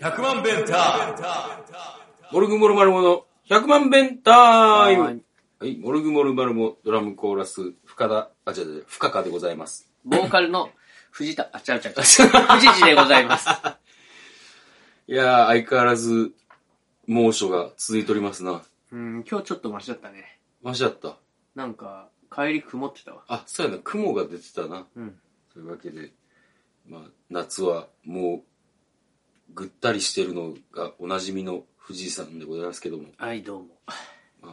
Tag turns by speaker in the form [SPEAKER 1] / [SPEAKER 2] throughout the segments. [SPEAKER 1] 100万ベンター
[SPEAKER 2] モルグモルマルモの100万弁タイム
[SPEAKER 3] は
[SPEAKER 2] はいい、モルグモルマルモドラムコーラス、深田、あ、違う違う、深川でございます。
[SPEAKER 3] ボーカルの藤田、あ、ちゃうちゃうちゃう。藤地でございます。
[SPEAKER 2] いやー、相変わらず、猛暑が続いておりますな。
[SPEAKER 3] うん、今日ちょっとマシだったね。
[SPEAKER 2] マジだった。
[SPEAKER 3] なんか、帰り曇ってたわ。
[SPEAKER 2] あ、そうやな、雲が出てたな。
[SPEAKER 3] うん。
[SPEAKER 2] というわけで、まあ、夏はもう、ぐったりしてるのがおなじみの藤井さんでございますけども、
[SPEAKER 3] はい、どうも。
[SPEAKER 2] まあ、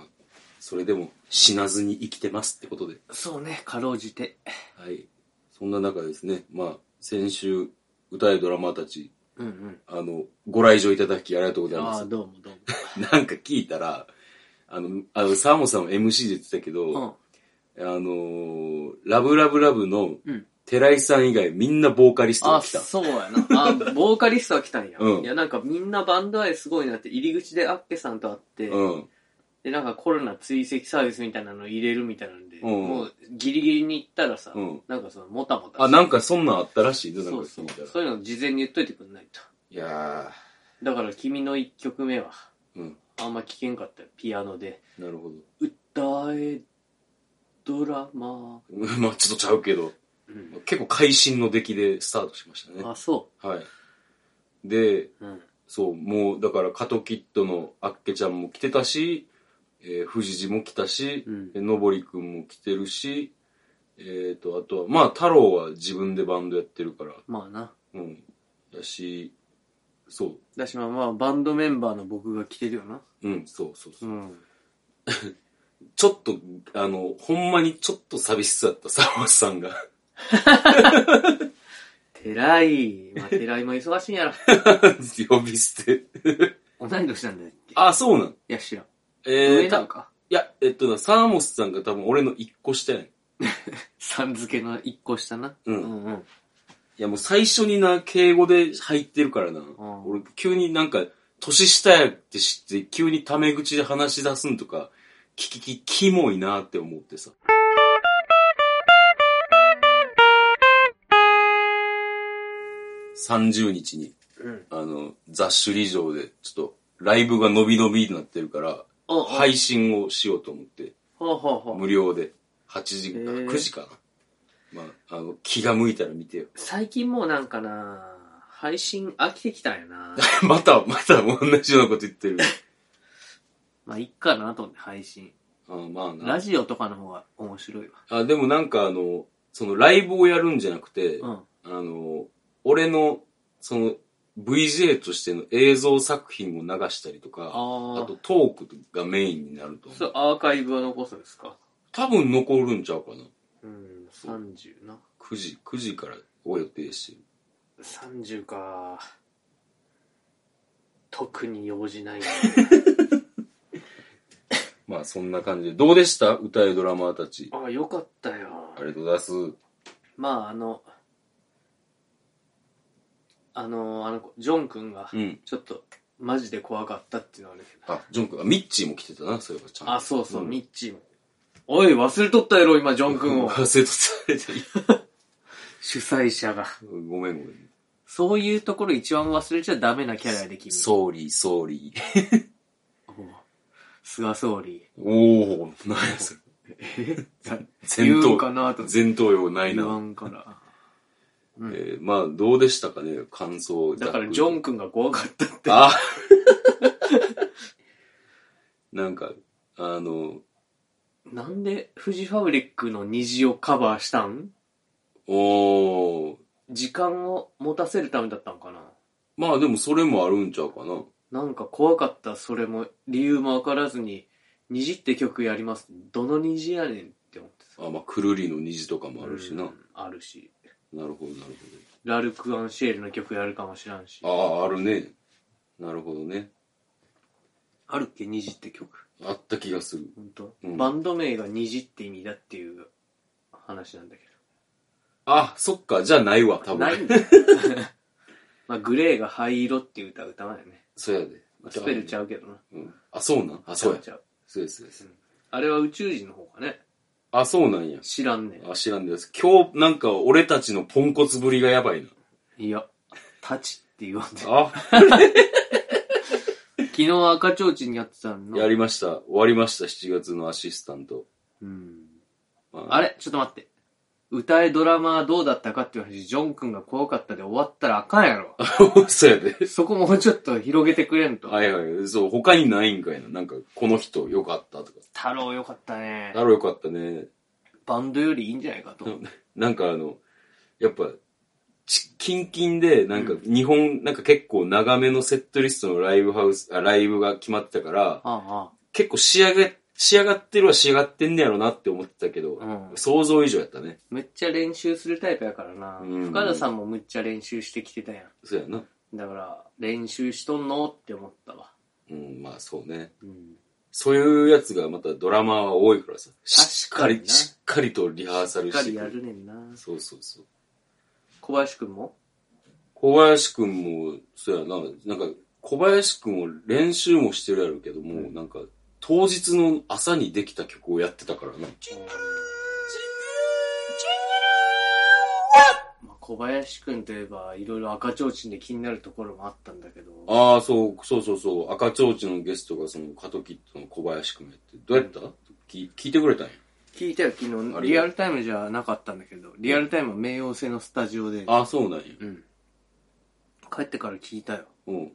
[SPEAKER 2] それでも死なずに生きてますってことで、
[SPEAKER 3] そうね、かろうじて。
[SPEAKER 2] はい。そんな中ですね、まあ、先週、歌いドラマーたち、
[SPEAKER 3] うんうん。
[SPEAKER 2] あの、ご来場いただきありがとうございま
[SPEAKER 3] ああ、
[SPEAKER 2] す。
[SPEAKER 3] どうもどう
[SPEAKER 2] なんか聞いたら、あの、あの、サーモンさんも MC で言ってたけど、
[SPEAKER 3] も。
[SPEAKER 2] あのーラブラブラブの
[SPEAKER 3] うん。うん。
[SPEAKER 2] 寺井さん以外みんなボーカリスト
[SPEAKER 3] あ、
[SPEAKER 2] が来た。
[SPEAKER 3] そうやな。あ、ボーカリストは来たんや。
[SPEAKER 2] うん
[SPEAKER 3] いや、なんかみんなバンド愛すごいなって、入り口でアッケさんと会って、
[SPEAKER 2] うん。
[SPEAKER 3] で、なんかコロナ追跡サービスみたいなの入れるみたいなんで、
[SPEAKER 2] うん
[SPEAKER 3] もうギリギリに行ったらさ、
[SPEAKER 2] うん
[SPEAKER 3] なんかその、もたもた
[SPEAKER 2] あ、なん
[SPEAKER 3] か、
[SPEAKER 2] かそんなんあったらしいね、なん
[SPEAKER 3] そ
[SPEAKER 2] か
[SPEAKER 3] う
[SPEAKER 2] 聞
[SPEAKER 3] そ
[SPEAKER 2] いうた。ら。
[SPEAKER 3] そういうの事前に言っといてくんないと。
[SPEAKER 2] いや
[SPEAKER 3] だから君の一曲目は、
[SPEAKER 2] ー、うん。
[SPEAKER 3] あんま聞けんかったよピアノで。
[SPEAKER 2] なるほど。
[SPEAKER 3] 歌え、ドラマ。
[SPEAKER 2] まあちょっとちゃうけど、
[SPEAKER 3] うん。
[SPEAKER 2] 結構会心の出来でスタートしましたね。
[SPEAKER 3] あ、そ
[SPEAKER 2] はい。で、
[SPEAKER 3] う。うん。
[SPEAKER 2] そう、もう、だから、カトキッドのあっけちゃんも来てたし、えー、藤路も来たし
[SPEAKER 3] うん、
[SPEAKER 2] えのぼりくんも来てるし、えっ、と、あとは、まあ、太郎は自分でバンドやってるから、
[SPEAKER 3] まあな。
[SPEAKER 2] うん。だし、そ
[SPEAKER 3] だしまあまあ、バンドメンバーの僕が来てるよな。
[SPEAKER 2] う、うん、そうそうそう。
[SPEAKER 3] ん。
[SPEAKER 2] ちょっと、あの、ほんまにちょっと寂しそうだった、沢松さんが。
[SPEAKER 3] 寺井。まあ、寺井も忙しいんやろ。
[SPEAKER 2] 呼び捨て。
[SPEAKER 3] 同い年なんだっけ
[SPEAKER 2] あ、そうなん。
[SPEAKER 3] いや、知らん。
[SPEAKER 2] え
[SPEAKER 3] 上
[SPEAKER 2] ー、
[SPEAKER 3] な
[SPEAKER 2] た
[SPEAKER 3] のか。
[SPEAKER 2] いや、えっとな、沢松さんが多分俺の一個下やねん。
[SPEAKER 3] さん付けの一個下な。
[SPEAKER 2] うん
[SPEAKER 3] うんうん。
[SPEAKER 2] いやもう最初にな、敬語で入ってるからな。
[SPEAKER 3] ん
[SPEAKER 2] 俺急になんか、年下やって知って、急にタメ口で話し出すんとか、ききき、キモいなって思ってさ。30日に、
[SPEAKER 3] うん。
[SPEAKER 2] あの、ザ・首里城で、ちょっと、ライブが伸び伸びになってるから、
[SPEAKER 3] おい。
[SPEAKER 2] 配信をしようと思って、
[SPEAKER 3] ほうほうほう。
[SPEAKER 2] 無料で、8時か、
[SPEAKER 3] へー
[SPEAKER 2] 9時かな。まあ、あの、気が向いたら見てよ。
[SPEAKER 3] 最近もうなんかな、配信飽きてきたんや な。
[SPEAKER 2] また、また同じようなこと言 ってる。
[SPEAKER 3] まあ、いっかなと思って配信。
[SPEAKER 2] あまあ
[SPEAKER 3] ラ
[SPEAKER 2] な。
[SPEAKER 3] ジオとかの方が面白いわ。
[SPEAKER 2] あでもなんかあの、そのライブをやるんじゃなくて、
[SPEAKER 3] うん。
[SPEAKER 2] あの、俺の、その、VJ としての映像作品を流したりとか、
[SPEAKER 3] あー
[SPEAKER 2] とトークがメインになると思。
[SPEAKER 3] そうれアーカイブは残すんですか
[SPEAKER 2] 多分残るんちゃうかな。
[SPEAKER 3] うん、30な。
[SPEAKER 2] 9時、9時からお予定してる。
[SPEAKER 3] 30か。特に用事 ないな。
[SPEAKER 2] まあそんな感じで。どうでした歌いドラマーたち。
[SPEAKER 3] あ、よかったよ
[SPEAKER 2] あ。りがとうございます。
[SPEAKER 3] まあ、あの、あの、あの子、ジョン君が
[SPEAKER 2] う、ん。
[SPEAKER 3] ちょっと、マジで怖かったっていうのはあるけど。
[SPEAKER 2] あ、ジョン君、あミッチーも来てたな、そういえばちゃんと
[SPEAKER 3] あ、そうそう、
[SPEAKER 2] ん
[SPEAKER 3] ミッチーも。おい、忘れとったやろ、今、ジョン君を。
[SPEAKER 2] 忘れとされて
[SPEAKER 3] 主催者が。
[SPEAKER 2] ごめんごめん。
[SPEAKER 3] そういうところ一番忘れちゃダメなキャラやで、君。
[SPEAKER 2] ソーリー、ソーリー。
[SPEAKER 3] おう。菅総 理。
[SPEAKER 2] おお、何やそれ。
[SPEAKER 3] え
[SPEAKER 2] 前
[SPEAKER 3] 言うん
[SPEAKER 2] 頭
[SPEAKER 3] か、なと。
[SPEAKER 2] 前頭葉ない
[SPEAKER 3] 言わ
[SPEAKER 2] な。
[SPEAKER 3] んから。うん
[SPEAKER 2] えー、まあ、どうでしたかね、感想。
[SPEAKER 3] だから、ジョン
[SPEAKER 2] ン。
[SPEAKER 3] 君が怖かったって。
[SPEAKER 2] あ なんか、あの、
[SPEAKER 3] なんで、フジファブリックの虹をカバーしたん
[SPEAKER 2] おー、
[SPEAKER 3] 時間を持たせるためだったんかな
[SPEAKER 2] まあでもそれもあるんちゃうかな。
[SPEAKER 3] なんか怖かった、それも。理由もわからずに、虹って曲やります。どの虹やねんって思ってさ。
[SPEAKER 2] あ、まあ、くるりの虹とかもあるしな。
[SPEAKER 3] うんあるし。
[SPEAKER 2] なるほど、なる
[SPEAKER 3] ラルク・アンシェールの曲やるかもしらんし。
[SPEAKER 2] ほど。ああ、あるね。なるほどね。
[SPEAKER 3] あるっけ虹って曲。
[SPEAKER 2] あった気がする。
[SPEAKER 3] 本当、
[SPEAKER 2] うん
[SPEAKER 3] バンド名が虹って意味だっていう話なんだけ
[SPEAKER 2] あ、そっか、じゃあないわ、多
[SPEAKER 3] ど。
[SPEAKER 2] 分。
[SPEAKER 3] ないんだ。 まあ、グレーが灰色っていう歌歌わないよね。
[SPEAKER 2] そうやで。
[SPEAKER 3] まあスペルちゃ
[SPEAKER 2] う。
[SPEAKER 3] うけどな。
[SPEAKER 2] うん。あ、そうなんあ、そうや
[SPEAKER 3] ち。ゃう。
[SPEAKER 2] そうです、そうです。
[SPEAKER 3] あれは宇宙人の方かね。
[SPEAKER 2] あ、そうなんや。
[SPEAKER 3] 知らんね
[SPEAKER 2] あ、知らんです。今日、なんか俺たちのポンコツぶりがやばいな。
[SPEAKER 3] んいやタチって言わんで
[SPEAKER 2] あ、
[SPEAKER 3] 昨日赤ちょうちんやってたの
[SPEAKER 2] やりました。終わりました、7月のアシスタント。
[SPEAKER 3] うん
[SPEAKER 2] まあ
[SPEAKER 3] あれちょっと待って歌えドラマはどうだったかっていう話ジョン君が怖かったで終わったらあかんやろ
[SPEAKER 2] そうやで。
[SPEAKER 3] そこもうちょっと広げてくれんと
[SPEAKER 2] はいはい。そう、他にないんかいな。なんか、この人良かったとか。
[SPEAKER 3] 太郎よかったね
[SPEAKER 2] 太郎良かったね。
[SPEAKER 3] バンドよりいいんじゃないかと、
[SPEAKER 2] なんかあの、やっぱ、ちキンキンで、なんか、日本、なんか結構長めのセットリストのライブハウス、あライブが決まってたから、
[SPEAKER 3] あ
[SPEAKER 2] 結構仕上げ、仕上がってるは仕上がってんねやろなって思ってたけど、
[SPEAKER 3] うん
[SPEAKER 2] 想像以上やったね。
[SPEAKER 3] めっちゃ練習するタイプやからな、
[SPEAKER 2] うん
[SPEAKER 3] 深田さんもむっちゃ練習してきてたや
[SPEAKER 2] そうやな。
[SPEAKER 3] んだから練習しとんのって思ったわ、
[SPEAKER 2] うん、まあそうね。
[SPEAKER 3] うん、
[SPEAKER 2] そういうやつがまたドラマーは多いからさ、しっか
[SPEAKER 3] 確かに
[SPEAKER 2] り、
[SPEAKER 3] な
[SPEAKER 2] しっかりとリハーサ
[SPEAKER 3] しっ
[SPEAKER 2] ル
[SPEAKER 3] か
[SPEAKER 2] して
[SPEAKER 3] り
[SPEAKER 2] く
[SPEAKER 3] やるねんな
[SPEAKER 2] そうそうそう。
[SPEAKER 3] 小林くんも
[SPEAKER 2] 小林くんも、そうやな、なんか、小林くんも練習もしてるやろうけども、
[SPEAKER 3] うん
[SPEAKER 2] なんか、当日の朝にできた曲をやってたからな。
[SPEAKER 3] まあ、小林くんといえばいろいろ赤ちょうちんで気になるところもあったんだけど
[SPEAKER 2] ああ、そう、そうそうそう、赤ちょうちんのゲストがその、カトキットの小林くんやって、どうやった、き聞いてくれたんや。
[SPEAKER 3] 聞いたよ昨日リアルタイムじゃなかったんだけどリアルタイムは冥王星のスタジオで
[SPEAKER 2] ああ、そうなんや。
[SPEAKER 3] うん帰ってから聞いたよ
[SPEAKER 2] うん。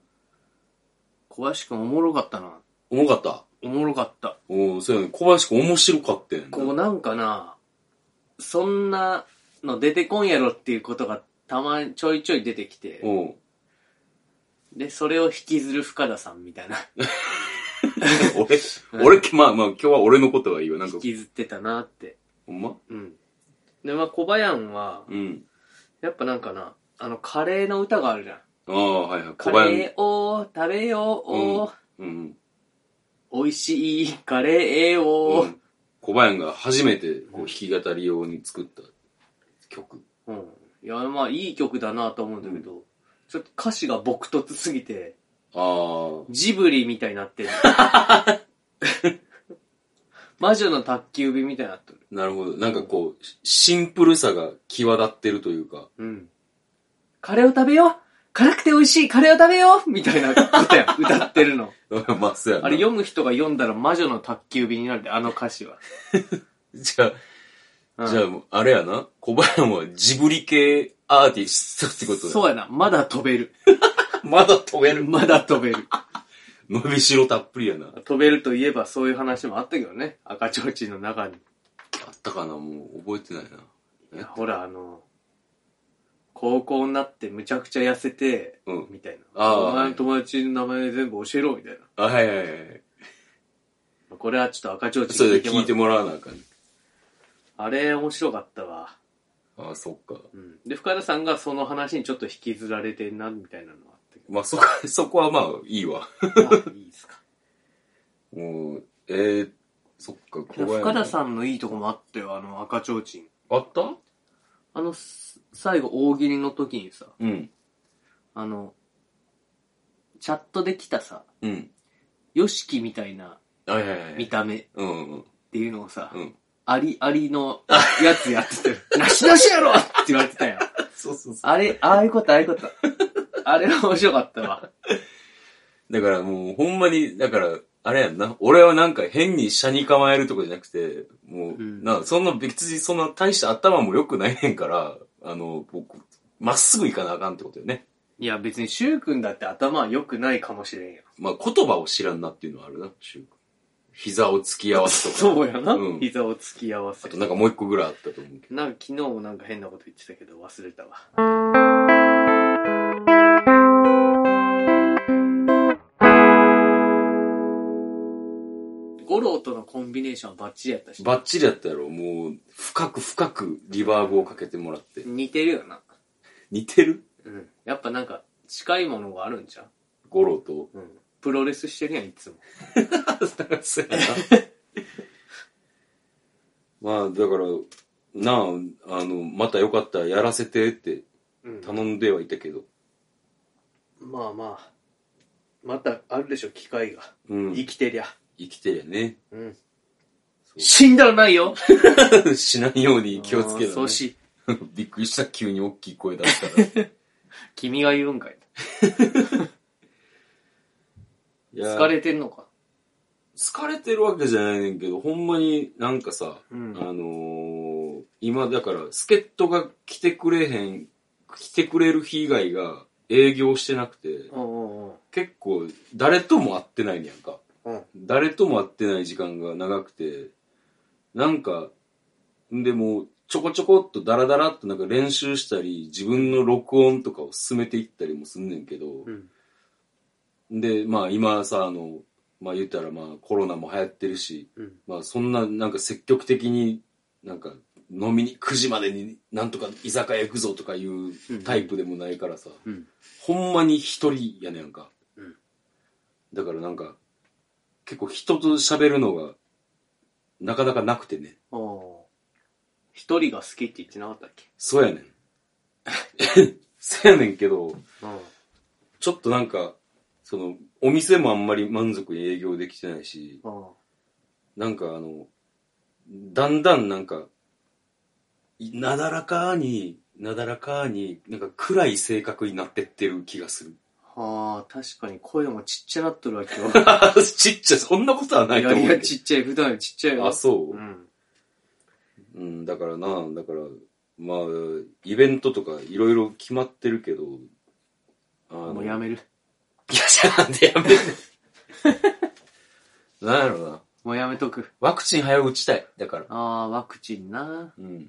[SPEAKER 3] 小林くんおもろかったな
[SPEAKER 2] おもろかった。
[SPEAKER 3] おもろかった
[SPEAKER 2] うん、そうやね。小林くん面白かったやんな。
[SPEAKER 3] こうなんかなそんなの出てこんやろっていうことがたまにちょいちょい出てきて
[SPEAKER 2] うん。
[SPEAKER 3] でそれを引きずる深田さんみたいな
[SPEAKER 2] 俺、 俺、まあまあ、今日は俺のことはいいわ。なんか
[SPEAKER 3] 引、きずってたなって
[SPEAKER 2] ほんま
[SPEAKER 3] うんでまあ小林は
[SPEAKER 2] うん。
[SPEAKER 3] やっぱなんかなあのカレーの歌があるじゃん
[SPEAKER 2] ああ、はいはい。
[SPEAKER 3] カ
[SPEAKER 2] 小
[SPEAKER 3] レ
[SPEAKER 2] 林。
[SPEAKER 3] ーを食べよう、
[SPEAKER 2] うん。
[SPEAKER 3] 美味しいカレーを、
[SPEAKER 2] うん小林が初めてこう弾き語り用に作った曲。
[SPEAKER 3] うんいやまあいい曲だなと思うんだけど、ちょっと歌詞が朴突すぎて
[SPEAKER 2] ああ、
[SPEAKER 3] ジブリみたいになって る魔女の宅急便みたいになってる
[SPEAKER 2] なるほど。なんかこう、シンプルさが際立ってるというか。
[SPEAKER 3] うんカレーを食べよう辛くて美味しいカレーを食べようみたいなことや ん歌ってるの
[SPEAKER 2] まあ、そうやな
[SPEAKER 3] あれ読む人が読んだら魔女の宅急便になるってあの歌詞は、
[SPEAKER 2] じゃ
[SPEAKER 3] う
[SPEAKER 2] あ、
[SPEAKER 3] ん
[SPEAKER 2] じゃあもう、あれやな。小林はジブリ系アーティストってことだ。
[SPEAKER 3] そうやなまだ飛べる
[SPEAKER 2] まだ飛べる。
[SPEAKER 3] まだ飛べる
[SPEAKER 2] 伸びしろたっぷりやな。あ
[SPEAKER 3] 飛べるといえばそういう話もあったけどね赤ちょうちんの中に
[SPEAKER 2] ったかなもう覚えてないな。
[SPEAKER 3] いやほらあの高校になってむちゃくちゃ痩せて、
[SPEAKER 2] うん
[SPEAKER 3] みたいな
[SPEAKER 2] ああ
[SPEAKER 3] お前の友達の名前全部教えろみたいな
[SPEAKER 2] あ、はいはいはい。
[SPEAKER 3] まあこれはちょっと赤ちょうち
[SPEAKER 2] そ
[SPEAKER 3] んに
[SPEAKER 2] れ
[SPEAKER 3] 聞い
[SPEAKER 2] で
[SPEAKER 3] て
[SPEAKER 2] 聞
[SPEAKER 3] も
[SPEAKER 2] いてもらわなあかん。
[SPEAKER 3] あれ面白かったわ、
[SPEAKER 2] ああ、そっか。
[SPEAKER 3] うん、で深田さんがその話にちょっと引きずられてんなみたいなのは
[SPEAKER 2] まあ、そこ、 そこはまあ、いいわ。
[SPEAKER 3] あったけ どあいいですか
[SPEAKER 2] もう、えー、そっか、小林。
[SPEAKER 3] 深田さんのいいとこもあったよあの赤ちょうちん
[SPEAKER 2] あった
[SPEAKER 3] あのす最後大喜利の時にさ
[SPEAKER 2] うん。
[SPEAKER 3] あのチャットで来たさ
[SPEAKER 2] うん。
[SPEAKER 3] ヨシキみたいな
[SPEAKER 2] はいはいはい。
[SPEAKER 3] 見た目っ
[SPEAKER 2] うんうん。
[SPEAKER 3] ていうのをさ、
[SPEAKER 2] うん
[SPEAKER 3] ありありのやつやってて、 なしなしやろって言われてたよ。
[SPEAKER 2] そうそうそ
[SPEAKER 3] あれ、ああいうこと、ああいうこと。あれは面白かったわ。
[SPEAKER 2] う。だからもう、ほんまに、だから、あれやんな。俺はなんか変に車に構えるとかじゃなくて、もう、
[SPEAKER 3] うん
[SPEAKER 2] な、そんな別にそんな大した頭も良くないねんから、あの、僕、まっすぐ行かなあかんってことよね。
[SPEAKER 3] いや、別に、シュウ君だって頭は良くないかもしれんよ。
[SPEAKER 2] まあ、言葉を知らんなっていうのはあるな、シュウ君膝を突き合わせとか。
[SPEAKER 3] そうやな。
[SPEAKER 2] うん
[SPEAKER 3] 膝を突き合わせ
[SPEAKER 2] あとなんかもう一個ぐらいあったと思うけど。
[SPEAKER 3] なんか昨日もなんか変なこと言ってたけど忘れたわ。ゴロとのコンビネーションはバッチリやったし、
[SPEAKER 2] バッチリやったやろ。もう、深く深くリバーブをかけてもらって。
[SPEAKER 3] 似てるよな。
[SPEAKER 2] 似てる
[SPEAKER 3] うん。やっぱなんか近いものがあるんじゃん
[SPEAKER 2] ゴロ と。
[SPEAKER 3] うん。プロレスしてるやん、いつも。
[SPEAKER 2] そうやなまあ、だから、なあ、あの、またよかったらやらせてって
[SPEAKER 3] うん
[SPEAKER 2] 頼んではいたけど。
[SPEAKER 3] まあまあ。またあるでしょ、機会が。
[SPEAKER 2] うん。
[SPEAKER 3] 生きてりゃ。
[SPEAKER 2] 生きてりゃね。
[SPEAKER 3] うん。死んだらないよ
[SPEAKER 2] しないように 気をつけ
[SPEAKER 3] あー
[SPEAKER 2] た、
[SPEAKER 3] そう
[SPEAKER 2] ね。
[SPEAKER 3] し、
[SPEAKER 2] びっくりした、急に大 きい声出したら。
[SPEAKER 3] 君が言うんかい。
[SPEAKER 2] いや
[SPEAKER 3] 疲れてんのか。
[SPEAKER 2] 疲れてるわけじゃないねんけど、ほんまになんかさ、
[SPEAKER 3] うん
[SPEAKER 2] あのー今だから、助っ人が来てくれへん、来てくれる日以外が営業してなくて、
[SPEAKER 3] おうんうん
[SPEAKER 2] 結構誰とも会ってないねやんか。
[SPEAKER 3] うん。
[SPEAKER 2] 誰とも会ってない時間が長くて、なんか、んでもうちょこちょこっとダラダラっとなんか練習したり、自分の録音とかを進めていったりもすんねんけど、
[SPEAKER 3] うん。
[SPEAKER 2] で、まあ今さ、あの、まあ言ったらまあコロナも流行ってるし、
[SPEAKER 3] うん。
[SPEAKER 2] まあそんななんか積極的になんか飲みに9時までになんとか居酒屋行くぞとかいうタイプでもないからさ、
[SPEAKER 3] うん。
[SPEAKER 2] ほんまに一人やねんか、
[SPEAKER 3] うん
[SPEAKER 2] だからなんか結構人と喋るのがなかなかなくてね
[SPEAKER 3] あー一人が好きって言ってなかったっけ
[SPEAKER 2] そうやねん そうやねんけど
[SPEAKER 3] うん。
[SPEAKER 2] ちょっとなんかそのお店もあんまり満足に営業できてないし
[SPEAKER 3] あ
[SPEAKER 2] なんかあの、だんだんなんか、いなだらかに、なだらかに、なんか暗い性格になってってる気がする。
[SPEAKER 3] あー、確かに声もちっちゃなっとるわけよ。
[SPEAKER 2] ちっちゃい、そんなこと はない
[SPEAKER 3] い
[SPEAKER 2] と思
[SPEAKER 3] や
[SPEAKER 2] うけ
[SPEAKER 3] い
[SPEAKER 2] ど。
[SPEAKER 3] や、ちっちゃい、普段よりちっちゃいよ。
[SPEAKER 2] あ、そうう、
[SPEAKER 3] ん。
[SPEAKER 2] うん、だからな、だから、まあ、イベントとかいろいろ決まってるけど、あの
[SPEAKER 3] もうやめる。
[SPEAKER 2] いや、じゃあなんでやめるなんやろな。
[SPEAKER 3] もうやめとく。
[SPEAKER 2] ワクチン早打ちたい。だから。
[SPEAKER 3] ああ、ワクチンな。
[SPEAKER 2] うん。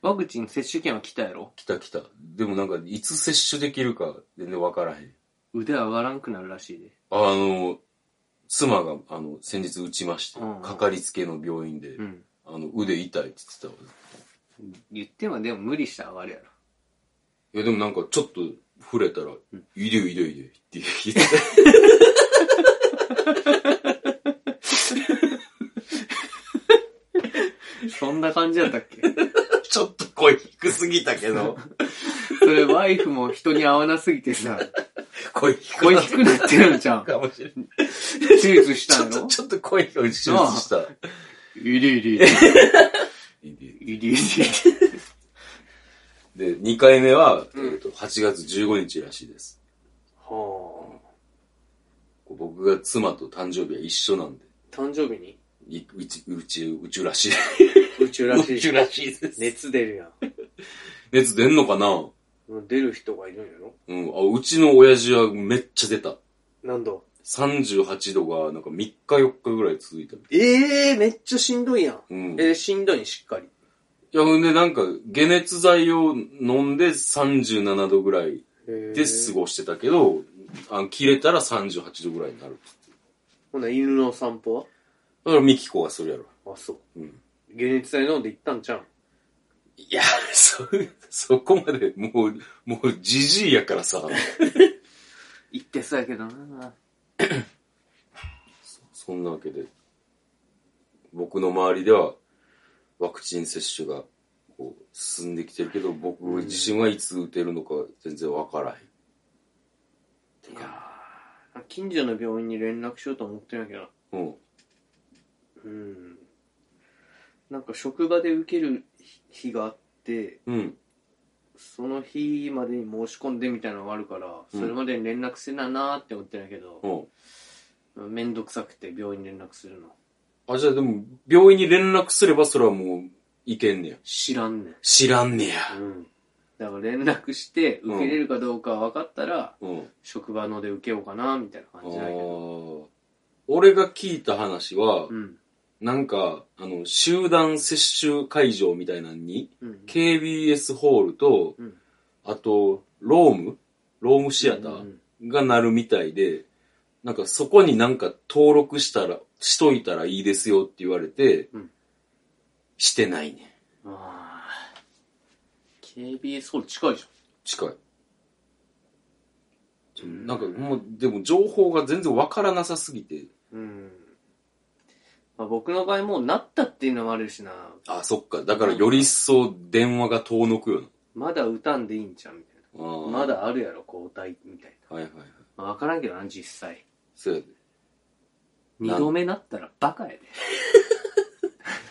[SPEAKER 3] ワクチン接種券は来たやろ
[SPEAKER 2] 来た来た。でもなんか、いつ接種できるか全然わからへん。
[SPEAKER 3] 腕上がらんくなるらしいで。
[SPEAKER 2] あの、妻が、あの、先日打ちまして、
[SPEAKER 3] うんうん
[SPEAKER 2] かかりつけの病院で、
[SPEAKER 3] うん。
[SPEAKER 2] あの、腕痛いって言ってたわ。
[SPEAKER 3] 言ってもでも無理したら上がるやろ。
[SPEAKER 2] いや、でもなんか、ちょっと、触れたら、
[SPEAKER 3] ん
[SPEAKER 2] いでよいでよいでよって言って
[SPEAKER 3] そんな感じやったっけ
[SPEAKER 2] た。ちょっと声低すぎたけど、
[SPEAKER 3] それワイフも人に合わなすぎてさ、
[SPEAKER 2] 声低
[SPEAKER 3] 声
[SPEAKER 2] かっ
[SPEAKER 3] 低くなってるんじゃ
[SPEAKER 2] た
[SPEAKER 3] ん。
[SPEAKER 2] かもしれない。
[SPEAKER 3] 手術し
[SPEAKER 2] ち
[SPEAKER 3] た
[SPEAKER 2] ょっ
[SPEAKER 3] んや
[SPEAKER 2] と、
[SPEAKER 3] ろ
[SPEAKER 2] ちょっと声が打ちした。
[SPEAKER 3] いりいり。いり
[SPEAKER 2] いでよ
[SPEAKER 3] いり。
[SPEAKER 2] で、2回目は、
[SPEAKER 3] うん
[SPEAKER 2] えっと8月15日らしいです。
[SPEAKER 3] は
[SPEAKER 2] こう僕が妻と誕生日は一緒なんで、
[SPEAKER 3] あ。誕生日に
[SPEAKER 2] いうち、うち、うちらしい。
[SPEAKER 3] 宇宙らしい。
[SPEAKER 2] らしいです。
[SPEAKER 3] 熱出るやん。
[SPEAKER 2] 熱出んのかな
[SPEAKER 3] 出る人がいるんやろ
[SPEAKER 2] うん、あ、うちの親父はめっちゃ出た。
[SPEAKER 3] 何度
[SPEAKER 2] 38度がなんか3日4日ぐらい続いた。
[SPEAKER 3] ええー、めっちゃしんどいやん。
[SPEAKER 2] うん。い
[SPEAKER 3] えー、しんどいしっかり。
[SPEAKER 2] や、ほんでなんか、解熱剤を飲んで37度ぐらいで過
[SPEAKER 3] ごい。
[SPEAKER 2] ごしてたけど、あの切れたら38度ぐらいになる。
[SPEAKER 3] ほな、犬の散歩は
[SPEAKER 2] だからミキコがするやろ。
[SPEAKER 3] あ、そう。
[SPEAKER 2] うん。
[SPEAKER 3] 解熱剤飲んで行ったんちゃう
[SPEAKER 2] いや、そ、 そこまで、もう、もう、じじいやからさ、
[SPEAKER 3] 行ってそうやけどな
[SPEAKER 2] そんなわけで、僕の周りでは、ワクチン接種が、こう、進んできてるけど、僕自身はいつ打てるのか全然わからへん。
[SPEAKER 3] いやー近所の病院に連絡しようと思ってるんやけど。
[SPEAKER 2] うん。
[SPEAKER 3] うん。なんか職場で受ける日があって、
[SPEAKER 2] うん。
[SPEAKER 3] その日までに申し込んでみたいなのがあるから、それまでに連絡せななーって思ってるんやけど、
[SPEAKER 2] うん。
[SPEAKER 3] めんどくさくて病院に連絡するの。
[SPEAKER 2] あ、じゃあでも、病院に連絡すればそれはもう、いけんねや。
[SPEAKER 3] 知らんねん。
[SPEAKER 2] 知らんねや。
[SPEAKER 3] うん。だから連絡して、受けれるかどうか分かったら、
[SPEAKER 2] うん。
[SPEAKER 3] 職場ので受けようかな、みたいな感じだけど。
[SPEAKER 2] あー俺が聞いた話は、
[SPEAKER 3] うん。
[SPEAKER 2] なんか、あの、集団接種会場みたいなのに、
[SPEAKER 3] うん。
[SPEAKER 2] KBS ホールと、
[SPEAKER 3] うん
[SPEAKER 2] あと、ロームロームシアタ
[SPEAKER 3] うんう
[SPEAKER 2] ー
[SPEAKER 3] ん
[SPEAKER 2] がなるみたいで、なんかそこになんか登録したら、しといたらいいですよって言われて、
[SPEAKER 3] うん
[SPEAKER 2] してないね。
[SPEAKER 3] ああ。KBS ホール近いじ
[SPEAKER 2] 近い。
[SPEAKER 3] ゃん。
[SPEAKER 2] なんかもう、でも情報が全然わからなさすぎて。
[SPEAKER 3] うん。まあ、僕の場合もうなったっていうのもあるしな、
[SPEAKER 2] あ、そっか。だからより一層電話が遠のくよ
[SPEAKER 3] まだ歌んでいいんちゃうみたい
[SPEAKER 2] な。あ
[SPEAKER 3] な。
[SPEAKER 2] ー
[SPEAKER 3] ま。だあるやろ、交代みたい
[SPEAKER 2] はいはいはい。
[SPEAKER 3] な。まあ、わからんけどな、実際。
[SPEAKER 2] そうやで。
[SPEAKER 3] 二度目なったらバカやで。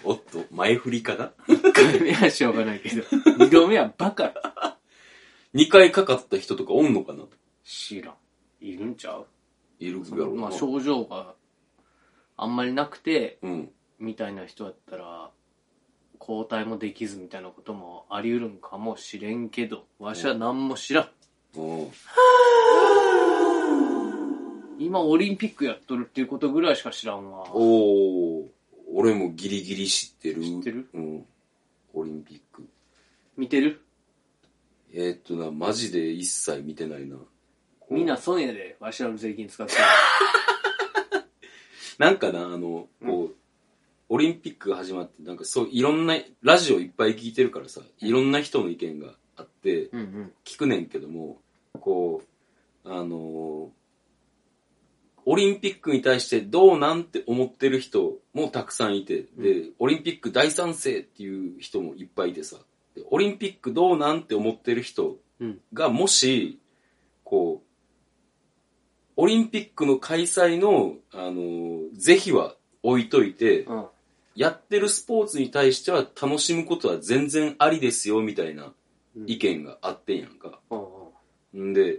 [SPEAKER 2] おっと、前振りかな
[SPEAKER 3] 1回目はしょうがないけど、2度目はバカ。
[SPEAKER 2] ?2 回かかった人とかおんのかな
[SPEAKER 3] 知らん。いるんちゃう
[SPEAKER 2] いるや
[SPEAKER 3] そ
[SPEAKER 2] ろ
[SPEAKER 3] の
[SPEAKER 2] うな
[SPEAKER 3] まあ、症状があんまりなくて、
[SPEAKER 2] うん。
[SPEAKER 3] みたいな人だったら、交代もできずみたいなこともあり得るんかもしれんけど、わしは何も知らん。
[SPEAKER 2] うん
[SPEAKER 3] 今オリンピックやっとるっていうことぐらいしか知らんわ。
[SPEAKER 2] おー、俺もギリギリ知ってる。
[SPEAKER 3] 知ってる
[SPEAKER 2] うん。オリンピック。
[SPEAKER 3] 見てる
[SPEAKER 2] えーっとな、マジで一切見てないな。
[SPEAKER 3] みんな損やで、わしらの税金使って。
[SPEAKER 2] なんかな、あの、こう、オリンピックが始まって、なんかそう、いろんな、ラジオいっぱい聞いてるからさ、いろんな人の意見があって、
[SPEAKER 3] うんうん。
[SPEAKER 2] 聞くねんけども、こう、あのーオリンピックに対してどうなんて思ってる人もたくさんいて、で、オリンピック大賛成っていう人もいっぱいいてさ、でオリンピックどうなんて思ってる人
[SPEAKER 3] うん
[SPEAKER 2] がもし、こう、オリンピックの開催の、あのー是非は置いといて、
[SPEAKER 3] うん。
[SPEAKER 2] やってるスポーツに対しては楽しむことは全然ありですよ、みたいな意見があってんやんか。
[SPEAKER 3] うんうん。
[SPEAKER 2] んで、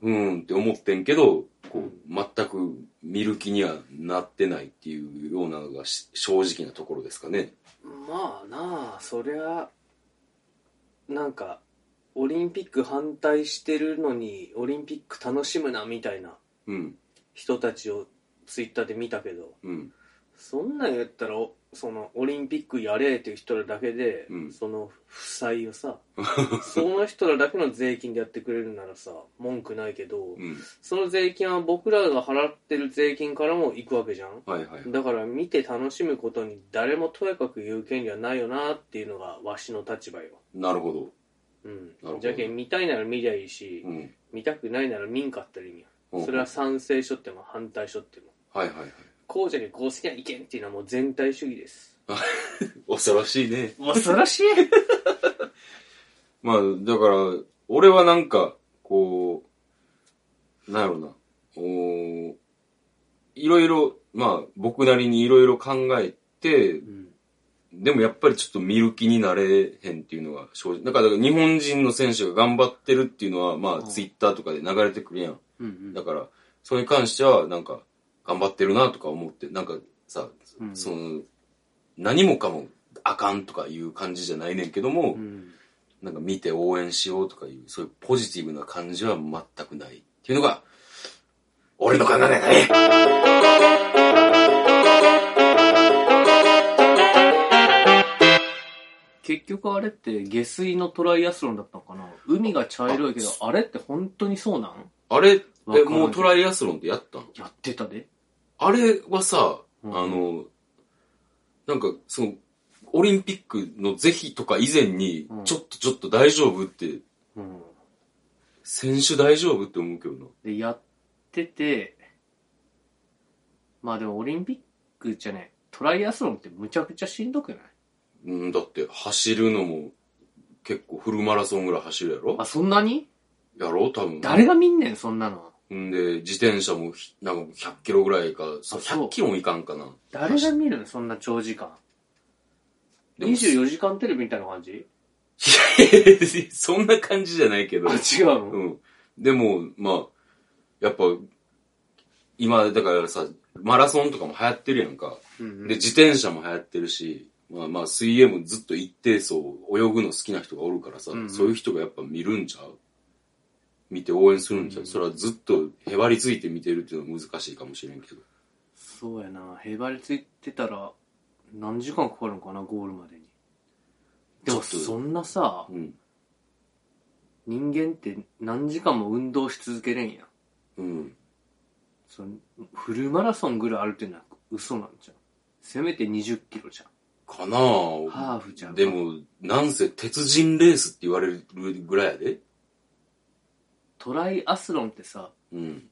[SPEAKER 2] うーんって思ってんけど、こ
[SPEAKER 3] うん
[SPEAKER 2] う、全く見る気にはなってないっていうようなのがし正直なところですかね。
[SPEAKER 3] まあなあそりゃなんかオリンピック反対してるのにオリンピック楽しむなみたいな
[SPEAKER 2] うん、
[SPEAKER 3] 人たちをツイッターで見たけど
[SPEAKER 2] うん、
[SPEAKER 3] そんなんやったらおそのオリンピックやれっていう人らだけで、
[SPEAKER 2] うん
[SPEAKER 3] その負債 をさその人らだけの税金でやってくれるならさ文句ないけど、
[SPEAKER 2] うん。
[SPEAKER 3] その税金は僕らが払ってる税金からも行くわけじゃん
[SPEAKER 2] はいはい。
[SPEAKER 3] だから見て楽しむことに誰もとやかく言う権利はないよなっていうのがわしの立場よ。
[SPEAKER 2] なるほど。
[SPEAKER 3] うん
[SPEAKER 2] ほど。
[SPEAKER 3] じゃけん見たいなら見りゃいいし、
[SPEAKER 2] うん。
[SPEAKER 3] 見たくないなら見んかったらいいんや。
[SPEAKER 2] うん
[SPEAKER 3] それは賛成しょっても反対しょっても。
[SPEAKER 2] はいはいはい。
[SPEAKER 3] こうじゃけんこう好きな意見っていうのはもう全体主義です。
[SPEAKER 2] 恐ろしいね。
[SPEAKER 3] 恐ろしい
[SPEAKER 2] まあ、だから、俺はなんか、こう、なんやろな、おーいろいろ、まあ、僕なりにいろいろ考えて
[SPEAKER 3] う、ん。
[SPEAKER 2] でもやっぱりちょっと見る気になれへんっていうのが正直。だから、だから日本人の選手が頑張ってるっていうのは、ま
[SPEAKER 3] う
[SPEAKER 2] あ、
[SPEAKER 3] ん
[SPEAKER 2] ツイッターとかで流れてくるやん。
[SPEAKER 3] うんうん
[SPEAKER 2] だから、それに関しては、なんか、頑張ってるなとか思って、なんかさ、
[SPEAKER 3] うん
[SPEAKER 2] その、何もかも、あかんとかいう感じじゃないねんけども、
[SPEAKER 3] うん。
[SPEAKER 2] なんか見て応援しようとかいう、そういうポジティブな感じは全くないっていうのが、俺の考えだね。
[SPEAKER 3] 結局あれって下水のトライアスロンだったのかな海が茶色いけど、あれって本当にそうなん
[SPEAKER 2] あれ、
[SPEAKER 3] わか
[SPEAKER 2] え、
[SPEAKER 3] んない
[SPEAKER 2] もうトライアスロンってやったの
[SPEAKER 3] やってたで。
[SPEAKER 2] あれはさ、
[SPEAKER 3] うん
[SPEAKER 2] あの、なんか、その、オリンピックの是非とか以前に
[SPEAKER 3] う、ん
[SPEAKER 2] ちょっとちょっと大丈夫って、
[SPEAKER 3] うん。
[SPEAKER 2] 選手大丈夫って思うけどな。
[SPEAKER 3] で、やってて、まあでもオリンピックじゃねえ、トライアスロンってむちゃくちゃしんどくない
[SPEAKER 2] うん、だって走るのも、結構フルマラソンぐらい走るやろ
[SPEAKER 3] あ、そんなに
[SPEAKER 2] やろ多分。
[SPEAKER 3] 誰が見んねん、そんなの。
[SPEAKER 2] んで、自転車もひ、なんか100キロぐらいか、そう
[SPEAKER 3] あそう
[SPEAKER 2] 100キロもいかんかな。
[SPEAKER 3] 誰が見るの、そんな長時間。
[SPEAKER 2] でも
[SPEAKER 3] 24時間テレビみたいな感じ
[SPEAKER 2] そんな感じじゃないけど
[SPEAKER 3] あ、。違うの、
[SPEAKER 2] うん。でも、まあ、やっぱ、今、だからさ、マラソンとかも流行ってるやんか。
[SPEAKER 3] うん
[SPEAKER 2] で、自転車も流行ってるし、まあまあ、水泳もずっと一定層、泳ぐの好きな人がおるからさ、
[SPEAKER 3] うんうん
[SPEAKER 2] そういう人がやっぱ見るんちゃう見て応援するんちゃう、それはずっとへばりついて見てるっていうのは難しいかもしれんけど。
[SPEAKER 3] そうやな、へばりついてたら、何時間かかるのかな、ゴールまでに。で
[SPEAKER 2] ち
[SPEAKER 3] も、
[SPEAKER 2] ょっと
[SPEAKER 3] そんなさ、
[SPEAKER 2] うん。
[SPEAKER 3] 人間って何時間も運動し続けれんや
[SPEAKER 2] う
[SPEAKER 3] ん。
[SPEAKER 2] ん。
[SPEAKER 3] そのフルマラソンぐらいあるってのは嘘なんじゃんせめて20キロじゃん
[SPEAKER 2] かなぁ。
[SPEAKER 3] ハーフじゃん
[SPEAKER 2] でも、なんせ鉄人レースって言われるぐらいやで。
[SPEAKER 3] トライアスロンってさ
[SPEAKER 2] うん。